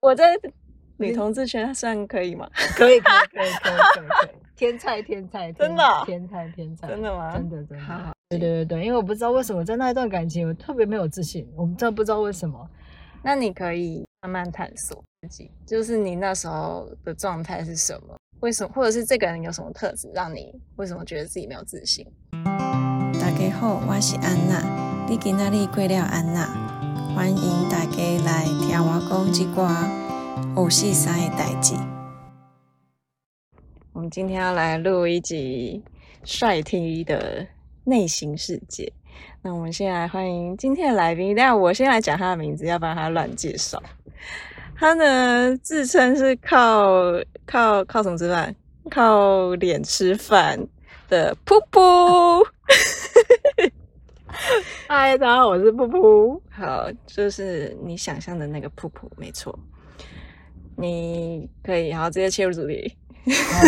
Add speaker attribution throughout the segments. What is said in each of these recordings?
Speaker 1: 我在女同志圈算可以吗？
Speaker 2: 可以可以可以可以可以可以，天才天才，
Speaker 1: 真的
Speaker 2: 天才天才，
Speaker 1: 真的吗
Speaker 2: 真的真的
Speaker 1: 好。
Speaker 2: 对对对对，因为我不知道为什么在那一段感情，我特别没有自信，我真的不知道为什么。
Speaker 1: 那你可以慢慢探索自己，就是你那时候的状态是什么？为什么，或者是这个人有什么特质让你为什么觉得自己没有自信？
Speaker 3: 大家好，我是安娜。你今仔日过了安娜，欢迎大家来听我讲一寡有四三的代志。
Speaker 1: 我们今天要来录一集帅 T 的内心世界。那我们先来欢迎今天的来宾，但我先来讲他的名字，要不然他乱介绍。他呢自称是靠靠靠什么吃饭？靠脸吃饭的噗噗。
Speaker 2: 嗨，大家好，我是噗噗。
Speaker 1: 好，就是你想象的那个噗噗，没错。你可以好直接切入主题。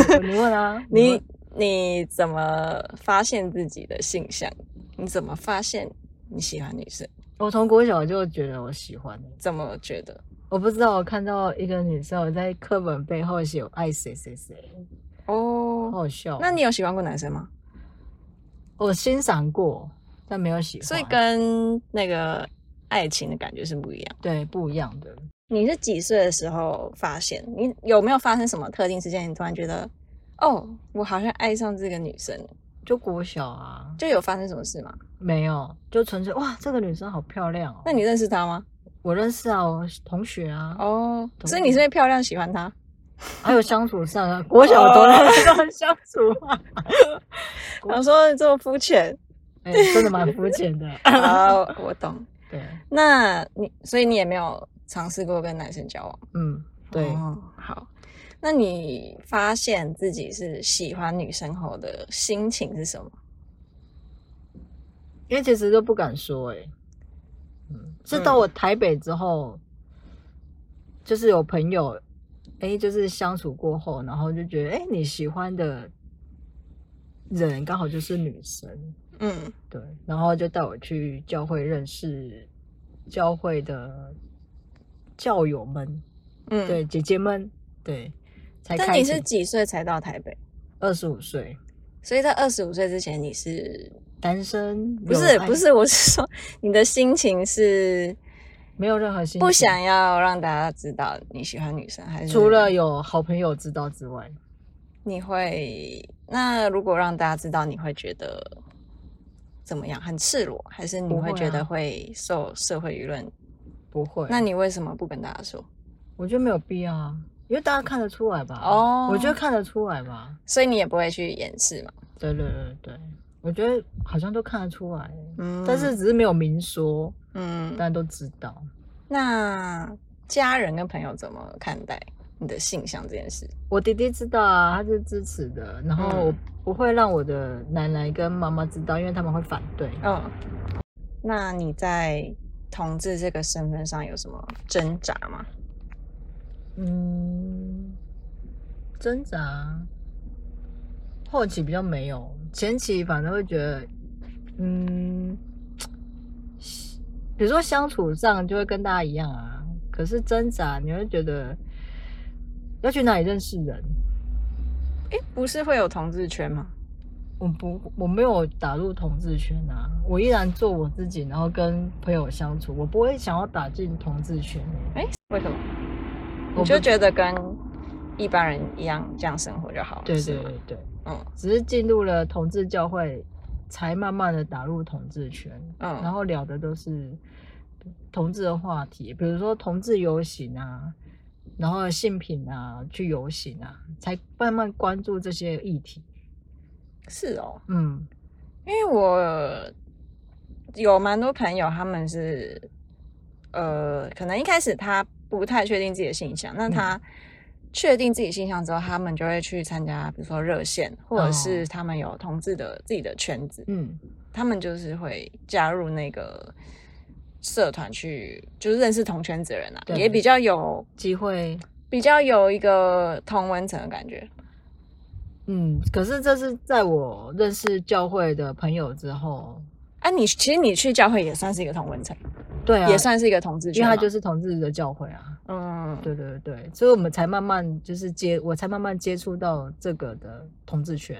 Speaker 2: 好你问啊，
Speaker 1: 你你怎么发现自己的性向？你怎么发现你喜欢女生？
Speaker 2: 我从国小就觉得我喜欢你，
Speaker 1: 怎么觉得？
Speaker 2: 我不知道我看到一个女生，我在课本背后写我爱谁谁谁，好
Speaker 1: 哦，
Speaker 2: 好笑哦。
Speaker 1: 那你有喜欢过男生吗？
Speaker 2: 我欣赏过，但没有喜欢，
Speaker 1: 所以跟那个爱情的感觉是不一样。
Speaker 2: 对不一样的。
Speaker 1: 你是几岁的时候发现？你有没有发生什么特定事件？你突然觉得，哦，我好像爱上这个女生了，
Speaker 2: 就国小啊，
Speaker 1: 就有发生什么事吗？
Speaker 2: 没有，就纯粹哇，这个女生好漂亮哦。
Speaker 1: 那你认识她吗？
Speaker 2: 我认识啊，我同学啊，
Speaker 1: 哦，
Speaker 2: 懂
Speaker 1: 所以你是因为漂亮喜欢她？
Speaker 2: 还有相处上 啊，国小都认识相处 啊，我
Speaker 1: 我说这么肤 浅
Speaker 2: 哎、真的蛮肤浅的。
Speaker 1: 好，我 懂。
Speaker 2: 对，
Speaker 1: 那你，所以你也没有尝试过跟男生交往？
Speaker 2: 嗯，对，
Speaker 1: 哦好。那你发现自己是喜欢女生后的心情是什么？
Speaker 2: 因为其实都不敢说、哎，嗯，是到我台北之后，就是有朋友，哎、就是相处过后，然后就觉得，哎、你喜欢的人刚好就是女生，
Speaker 1: 嗯，
Speaker 2: 对，然后就带我去教会认识教会的教友们，
Speaker 1: 嗯，
Speaker 2: 对，。姐姐们，对，才
Speaker 1: 但
Speaker 2: 开
Speaker 1: 你
Speaker 2: 始
Speaker 1: 是几岁才到台北？
Speaker 2: 二十五岁，
Speaker 1: 所以在二十五岁之前，你是
Speaker 2: 单身，
Speaker 1: 不
Speaker 2: 有
Speaker 1: 是
Speaker 2: 爱
Speaker 1: 不，是？我是说，你的心情是
Speaker 2: 没有任何心情
Speaker 1: 不想，要让大家知道你喜欢女生，还是
Speaker 2: 除了有好朋友知道之外，
Speaker 1: 你会那如果让大家知道，你会觉得怎么样？很赤裸，还是你
Speaker 2: 不
Speaker 1: 会
Speaker 2: 会
Speaker 1: 觉得
Speaker 2: 啊
Speaker 1: 会受社会舆论？
Speaker 2: 不会。
Speaker 1: 那你为什么不跟大家说？
Speaker 2: 我觉得没有必要啊，因为大家看得出来吧？
Speaker 1: 哦
Speaker 2: 我觉得看得出来吧？
Speaker 1: 所以你也不会去掩饰嘛？
Speaker 2: 对对对对，我觉得好像都看得出来，
Speaker 1: 嗯
Speaker 2: 但是只是没有明说，
Speaker 1: 嗯
Speaker 2: 大，家都知道。
Speaker 1: 那家人跟朋友怎么看待你的性向这件事？
Speaker 2: 我弟弟知道啊，他是支持的，然后我
Speaker 1: 嗯
Speaker 2: 不会让我的奶奶跟妈妈知道，因为他们会反对。
Speaker 1: 嗯，那你在同志这个身份上有什么挣扎吗？
Speaker 2: 嗯，挣扎，后期比较没有，前期反正会觉得，嗯，比如说相处上就会跟大家一样啊，可是挣扎你会觉得要去哪里认识人？
Speaker 1: 诶，不是会有同志圈吗？
Speaker 2: 我不，我没有打入同志圈啊，我依然做我自己，然后跟朋友相处，我不会想要打进同志圈、欸。
Speaker 1: 为什么？
Speaker 2: 我
Speaker 1: 你就
Speaker 2: 不
Speaker 1: 觉得跟一般人一样这样生活就好了？
Speaker 2: 对
Speaker 1: 是
Speaker 2: 对
Speaker 1: 吗
Speaker 2: 对对。
Speaker 1: 嗯
Speaker 2: 只是进入了同志教会，才慢慢的打入同志圈，
Speaker 1: 嗯，
Speaker 2: 然后聊的都是同志的话题，比如说同志游行啊，然后性品啊，去游行啊，才慢慢关注这些议题。
Speaker 1: 是哦，
Speaker 2: 嗯，
Speaker 1: 因为我有蛮多朋友，他们是呃，可能一开始他不太确定自己的性向，那
Speaker 2: 嗯
Speaker 1: 他确定自己性向之后，他们就会去参加，比如说热线，或者
Speaker 2: 哦
Speaker 1: 是他们有同志的自己的圈子，
Speaker 2: 嗯，
Speaker 1: 他们就是会加入那个社团去，就是认识同圈子的人啊，
Speaker 2: 对
Speaker 1: 也比较有
Speaker 2: 机会，
Speaker 1: 比较有一个同温层的感觉。
Speaker 2: 嗯，可是这是在我认识教会的朋友之后，
Speaker 1: 哎、啊你，其实你去教会也算是一个同文层，
Speaker 2: 对啊，
Speaker 1: 也算是一个同志
Speaker 2: 因
Speaker 1: 圈
Speaker 2: 为
Speaker 1: 嘛，
Speaker 2: 它就是同志的教会啊，
Speaker 1: 嗯，
Speaker 2: 对对对，所以我们才慢慢就是接，我才慢慢接触到这个的同志圈。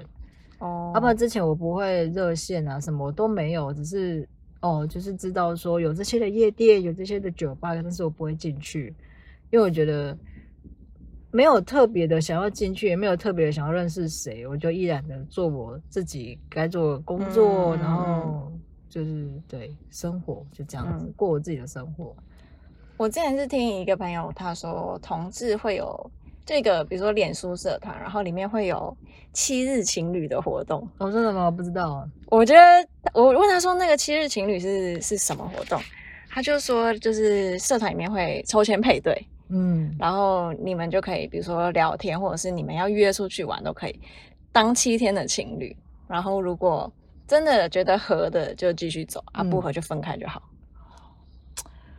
Speaker 2: 啊
Speaker 1: 哦，
Speaker 2: 要不然之前我不会热线啊，什么我都没有，只是哦，就是知道说有这些的夜店，有这些的酒吧，但是我不会进去，因为我觉得没有特别的想要进去，也没有特别的想要认识谁，我就依然的做我自己该做的工作，
Speaker 1: 嗯
Speaker 2: 然后就是对生活就这样子、
Speaker 1: 嗯
Speaker 2: 过我自己的生活。
Speaker 1: 我之前是听一个朋友他说，同志会有这个，比如说脸书社团，然后里面会有七日情侣的活动。
Speaker 2: 哦，真的吗？我不知道，
Speaker 1: 我觉得我问他说那个七日情侣是是什么活动，他就说就是社团里面会抽签配对，
Speaker 2: 嗯，
Speaker 1: 然后你们就可以比如说聊天，或者是你们要约出去玩都可以，当七天的情侣。然后如果真的觉得合的就继续走啊，
Speaker 2: 嗯
Speaker 1: 不合就分开就好。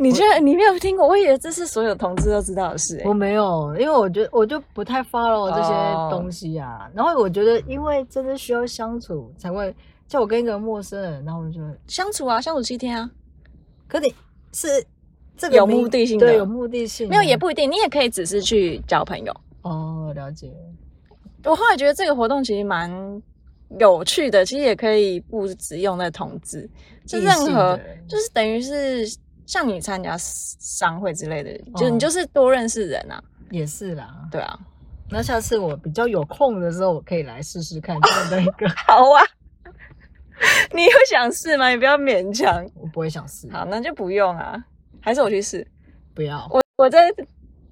Speaker 1: 你觉得你没有听过？我以为这是所有同志都知道的事、欸。
Speaker 2: 我没有，因为我觉得我就不太 follow 这
Speaker 1: 哦
Speaker 2: 些东西啊。然后我觉得，因为真的需要相处才会，叫我跟一个陌生人，然后我就觉得，
Speaker 1: 相处啊，相处七天啊，
Speaker 2: 可你是这个
Speaker 1: 有
Speaker 2: 名
Speaker 1: 目的性的
Speaker 2: 对，有目的性的，
Speaker 1: 没有也不一定，你也可以只是去交朋友。
Speaker 2: 哦，了解，
Speaker 1: 我后来觉得这个活动其实蛮有趣的，其实也可以不只用在同志，就
Speaker 2: 异
Speaker 1: 任
Speaker 2: 性
Speaker 1: 何
Speaker 2: 的人
Speaker 1: 就是等于是像你参加商会之类的，就
Speaker 2: 哦
Speaker 1: 你就是多认识人啊，
Speaker 2: 也是啦。
Speaker 1: 对啊，
Speaker 2: 那下次我比较有空的时候，我可以来试试看这样的一 个，
Speaker 1: 好啊。你有想试吗？你不要勉强。
Speaker 2: 我不会想试，
Speaker 1: 好，那就不用啊。还是我去试。
Speaker 2: 不要，
Speaker 1: 我我在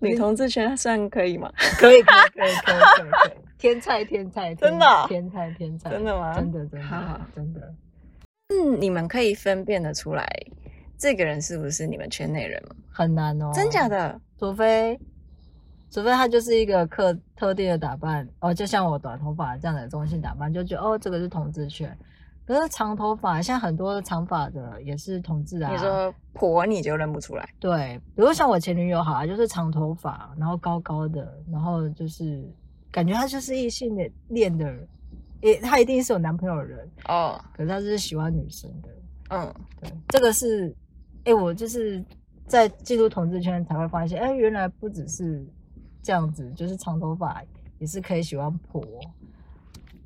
Speaker 1: 女同志圈算可以吗？
Speaker 2: 可以，可以，可以，可以，可以可以， 天菜，天菜，
Speaker 1: 真的哦
Speaker 2: 天菜，天菜，
Speaker 1: 真的吗
Speaker 2: 真的，真
Speaker 1: 好好
Speaker 2: 的，真的。
Speaker 1: 嗯，你们可以分辨得出来，这个人是不是你们圈内人吗？
Speaker 2: 很难哦，
Speaker 1: 真假的？
Speaker 2: 除非除非他就是一个特特定的打扮哦，就像我短头发这样的中性打扮，就觉得哦这个是同志圈。可是长头发，现在很多长发的也是同志啊。
Speaker 1: 你说婆你就认不出来，
Speaker 2: 对，比如像我前女友好啊，就是长头发，然后高高的，然后就是感觉她就是异性恋恋的人，也她一定是有男朋友的人，
Speaker 1: 哦，
Speaker 2: 可是她就是喜欢女生的。
Speaker 1: 嗯，
Speaker 2: 对，这个是，哎、我就是在进入同志圈才会发现，哎、原来不只是这样子，就是长头发也是可以喜欢婆。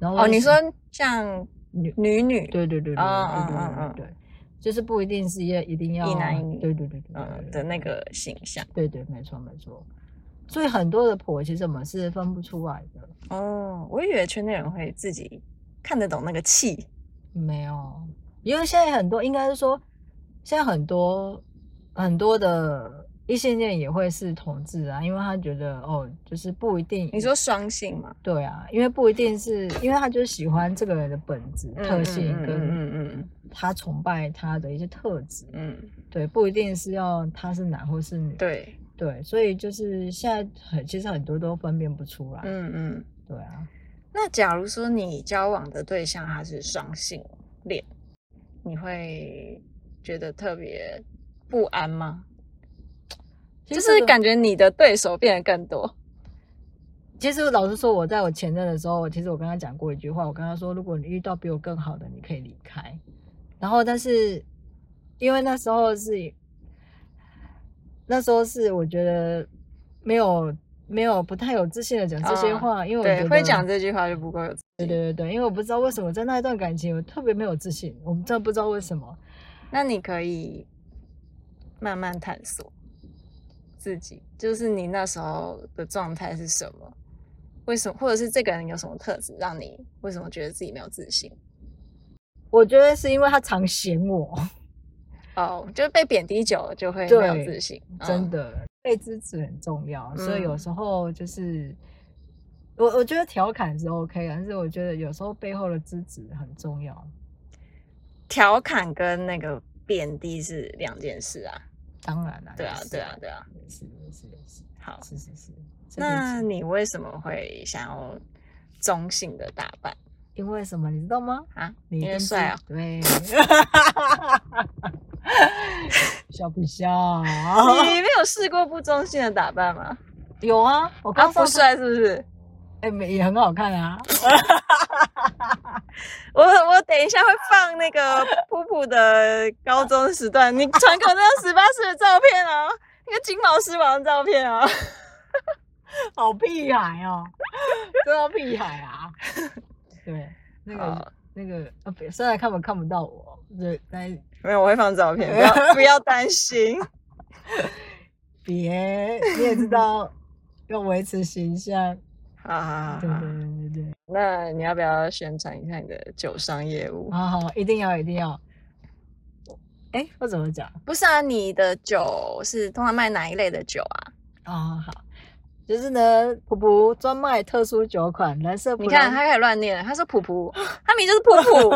Speaker 2: 然后
Speaker 1: 哦，你说像
Speaker 2: 女，
Speaker 1: 女女，
Speaker 2: 对对对对对对
Speaker 1: 啊
Speaker 2: 对
Speaker 1: 啊啊啊
Speaker 2: 对对对，就是不一定是要一定要
Speaker 1: 一男一女
Speaker 2: 对对对对
Speaker 1: 嗯
Speaker 2: 对
Speaker 1: 的那，个形象，
Speaker 2: 对对，没错没错。所以很多的婆其实我们是分不出来的，
Speaker 1: 哦，我以为圈内人会自己看得懂那个气，
Speaker 2: 没有，因为现在很多应该是说，现在很多很多的异性恋也会是同志啊，因为他觉得哦，就是不一定。
Speaker 1: 你说双性吗？
Speaker 2: 对啊，因为不一定是因为他就是喜欢这个人的本质、
Speaker 1: 嗯
Speaker 2: 特性
Speaker 1: 嗯
Speaker 2: 跟
Speaker 1: 嗯
Speaker 2: 他崇拜他的一些特质，
Speaker 1: 嗯嗯嗯，
Speaker 2: 对，不一定是要他是男或是女，
Speaker 1: 对，
Speaker 2: 对，所以就是现在很其实很多都分辨不出来，
Speaker 1: 嗯嗯。
Speaker 2: 对啊，
Speaker 1: 那假如说你交往的对象他是双性恋，你会觉得特别不安吗？
Speaker 2: 其
Speaker 1: 就
Speaker 2: 实
Speaker 1: 是
Speaker 2: 这个
Speaker 1: 感觉你的对手变得更多，
Speaker 2: 其实老实说，我在我前任的时候，其实我跟他讲过一句话，我跟他说，如果你遇到比我更好的，你可以离开。然后，但是因为那时候是，那时候是我觉得没有没有不太有自信的讲这些
Speaker 1: 啊
Speaker 2: 话，因为我觉
Speaker 1: 对，
Speaker 2: 得
Speaker 1: 会讲这句话就不够有自
Speaker 2: 对
Speaker 1: 信。
Speaker 2: 对对对，因为我不知道为什么在那一段感情我特别没有自信，我真的不知道为什么。
Speaker 1: 那你可以慢慢探索自己，就是你那时候的状态是什么？为什么，或者是这个人有什么特质让你为什么觉得自己没有自信？
Speaker 2: 我觉得是因为他常嫌我，
Speaker 1: 哦，就是被贬低久了就会没有
Speaker 2: 对
Speaker 1: 自信，嗯
Speaker 2: 真
Speaker 1: 的，
Speaker 2: 的被支持很重要，所以
Speaker 1: 嗯
Speaker 2: 有时候就是我我觉得调侃是 OK，的但啊是我觉得有时候背后的支持很重要。
Speaker 1: 调侃跟那个贬低是两件事啊。
Speaker 2: 当然啦，
Speaker 1: 对啊
Speaker 2: 也是
Speaker 1: 对啊对啊，
Speaker 2: 也是也是也是，
Speaker 1: 好，
Speaker 2: 是是是。这个
Speaker 1: 那
Speaker 2: 是
Speaker 1: 你为什么会想要中性的打 扮
Speaker 2: 因为什么你知道吗？
Speaker 1: 啊？
Speaker 2: 你
Speaker 1: 因为
Speaker 2: 跟自
Speaker 1: 帅啊，
Speaker 2: 对， 笑不笑？
Speaker 1: 你没有试过不中性的打扮吗？
Speaker 2: 有啊，我
Speaker 1: 啊，
Speaker 2: 刚
Speaker 1: 不
Speaker 2: 上
Speaker 1: 帅是不是？
Speaker 2: 哎，没也很好看啊。
Speaker 1: 我我等一下会放那个噗噗的高中时段，你传给我那个十八岁的照片哦，那个金毛狮王的照片哦。
Speaker 2: 好屁孩哦， 真的屁孩 啊！对，那
Speaker 1: 好
Speaker 2: 个那个，呃，别虽然看不看不到我，对，但
Speaker 1: 没有，我会放照片，不要不要担心。
Speaker 2: 别你也知道 要维持形象，
Speaker 1: 好好好
Speaker 2: 对
Speaker 1: 好，
Speaker 2: 对对对，
Speaker 1: 那你要不要宣传一下你的酒商业务？
Speaker 2: 好好，一定要一定要。哎，我怎么讲？
Speaker 1: 不是啊，你的酒是通常卖哪一类的酒啊？
Speaker 2: 哦，好，就是呢，普普专卖特殊酒款，蓝色葡萄，
Speaker 1: 你看他开始乱念了，他说“普普”，他名就是“普普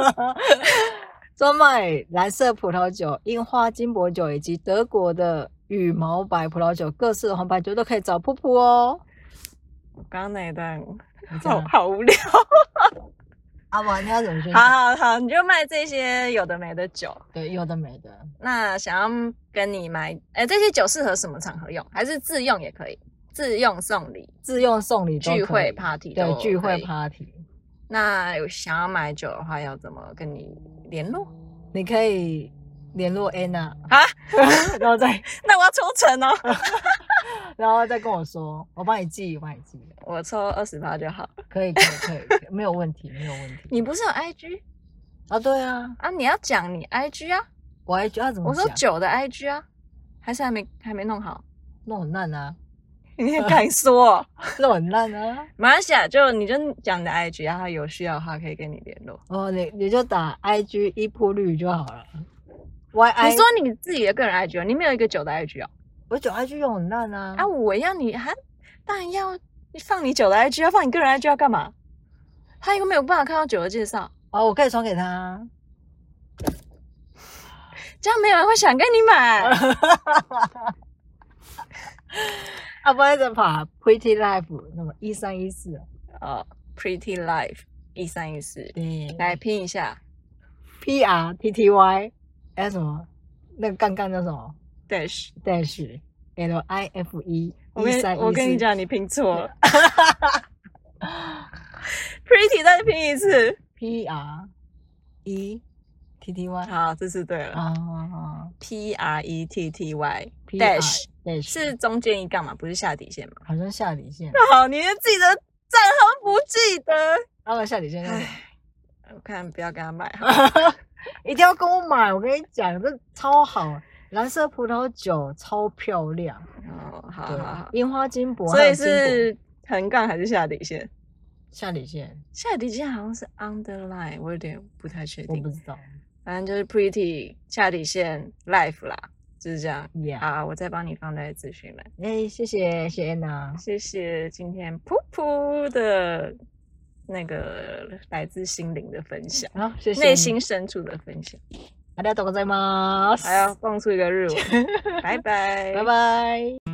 Speaker 2: 专卖蓝色葡萄酒、樱花金箔酒以及德国的羽毛白葡萄酒，各式的红白酒都可以找普普哦。”。
Speaker 1: 刚刚那一段
Speaker 2: 你这
Speaker 1: 好
Speaker 2: 样
Speaker 1: 好无聊。
Speaker 2: 啊，我你要怎么宣
Speaker 1: 好
Speaker 2: 传？
Speaker 1: 好好，你就卖这些有的没的酒。
Speaker 2: 对，有的没的，
Speaker 1: 那想要跟你买，哎、这些酒适合什么场合用？还是自用也可以，自用送礼、
Speaker 2: 自用送礼都
Speaker 1: 聚
Speaker 2: 可以
Speaker 1: 会、party 都
Speaker 2: 对
Speaker 1: 可以
Speaker 2: 聚会。party，
Speaker 1: 那有想要买酒的话，要怎么跟你联络？
Speaker 2: 你可以联络 Anna
Speaker 1: 啊，
Speaker 2: 然后再
Speaker 1: 那我要抽成 哦，
Speaker 2: 然后再跟我说，我帮你记，我帮你记，
Speaker 1: 我抽二十八就好。
Speaker 2: 可以可以可以可以，没有问题没有问题
Speaker 1: 你不是有 IG
Speaker 2: 啊，对啊，
Speaker 1: 啊？你要讲你 IG 啊？
Speaker 2: 我还觉得要怎么
Speaker 1: 我说
Speaker 2: 讲
Speaker 1: 酒的 IG 啊，还是还没还没弄 好？
Speaker 2: 弄很烂啊，
Speaker 1: 你敢说哦？
Speaker 2: 弄很烂啊。
Speaker 1: 马来西亚就你就讲你的 IG，然后有需要的话可以跟你联络。
Speaker 2: 哦，你你就打 I G 一铺绿就好了。Y I，
Speaker 1: 你说你自己的个人 IG，哦你没有一个酒的 IG 哦？
Speaker 2: 我九 I G 用很烂啊，
Speaker 1: 啊，我要你还当然要放你酒的 IG，要放你个人 IG 要干嘛？他又没有办法看到酒的介绍，
Speaker 2: 哦，我可以传给他。啊
Speaker 1: 这样没有人会想跟你 买。
Speaker 2: 啊，不然怎么把 Pretty Life 那么一三一四？啊
Speaker 1: 哦，Pretty Life 一三一四，
Speaker 2: 对
Speaker 1: 来拼一下，
Speaker 2: P R T T Y，还有什么？那个杠杠叫什么
Speaker 1: 对，是
Speaker 2: ？Dash L I F E
Speaker 1: 我跟
Speaker 2: 一三一四。
Speaker 1: 我跟你，讲，你拼错了。Pretty 再拼一次，
Speaker 2: ，P R E T T Y 啊
Speaker 1: 好，这次对了。
Speaker 2: 啊啊
Speaker 1: P R E T E T Y
Speaker 2: ，P R
Speaker 1: dash
Speaker 2: Dash
Speaker 1: 是中间一杠嘛，不是下底线嘛？
Speaker 2: 好像下底线，
Speaker 1: 好，你连自己的账号不记得，
Speaker 2: 啊，我下底线叫什么？
Speaker 1: 我看不要跟他买好了。
Speaker 2: 一定要跟我买，我跟你讲，这超好，蓝色葡萄酒超漂亮，
Speaker 1: 哦，好
Speaker 2: 对
Speaker 1: 好好，，
Speaker 2: 樱花金箔，
Speaker 1: 所
Speaker 2: 还
Speaker 1: 以
Speaker 2: 有金箔
Speaker 1: 是横杠还是下底线？
Speaker 2: 下底线，
Speaker 1: 下底线好像是 underline，我有点不太确
Speaker 2: 我
Speaker 1: 定
Speaker 2: 不。知道
Speaker 1: 反正就是 pretty 下底线 life 啦，就是这样。
Speaker 2: ，Yeah，
Speaker 1: 啊，我再帮你放在资讯栏。
Speaker 2: 哎，谢谢谢谢 Anna，
Speaker 1: 谢谢今天噗噗的那个来自心灵的分享，
Speaker 2: 好，谢谢
Speaker 1: 内
Speaker 2: 你
Speaker 1: 心，深处的分享，
Speaker 2: 大家懂个在 吗？
Speaker 1: 还要蹦出一个日文，拜拜，
Speaker 2: 拜。拜。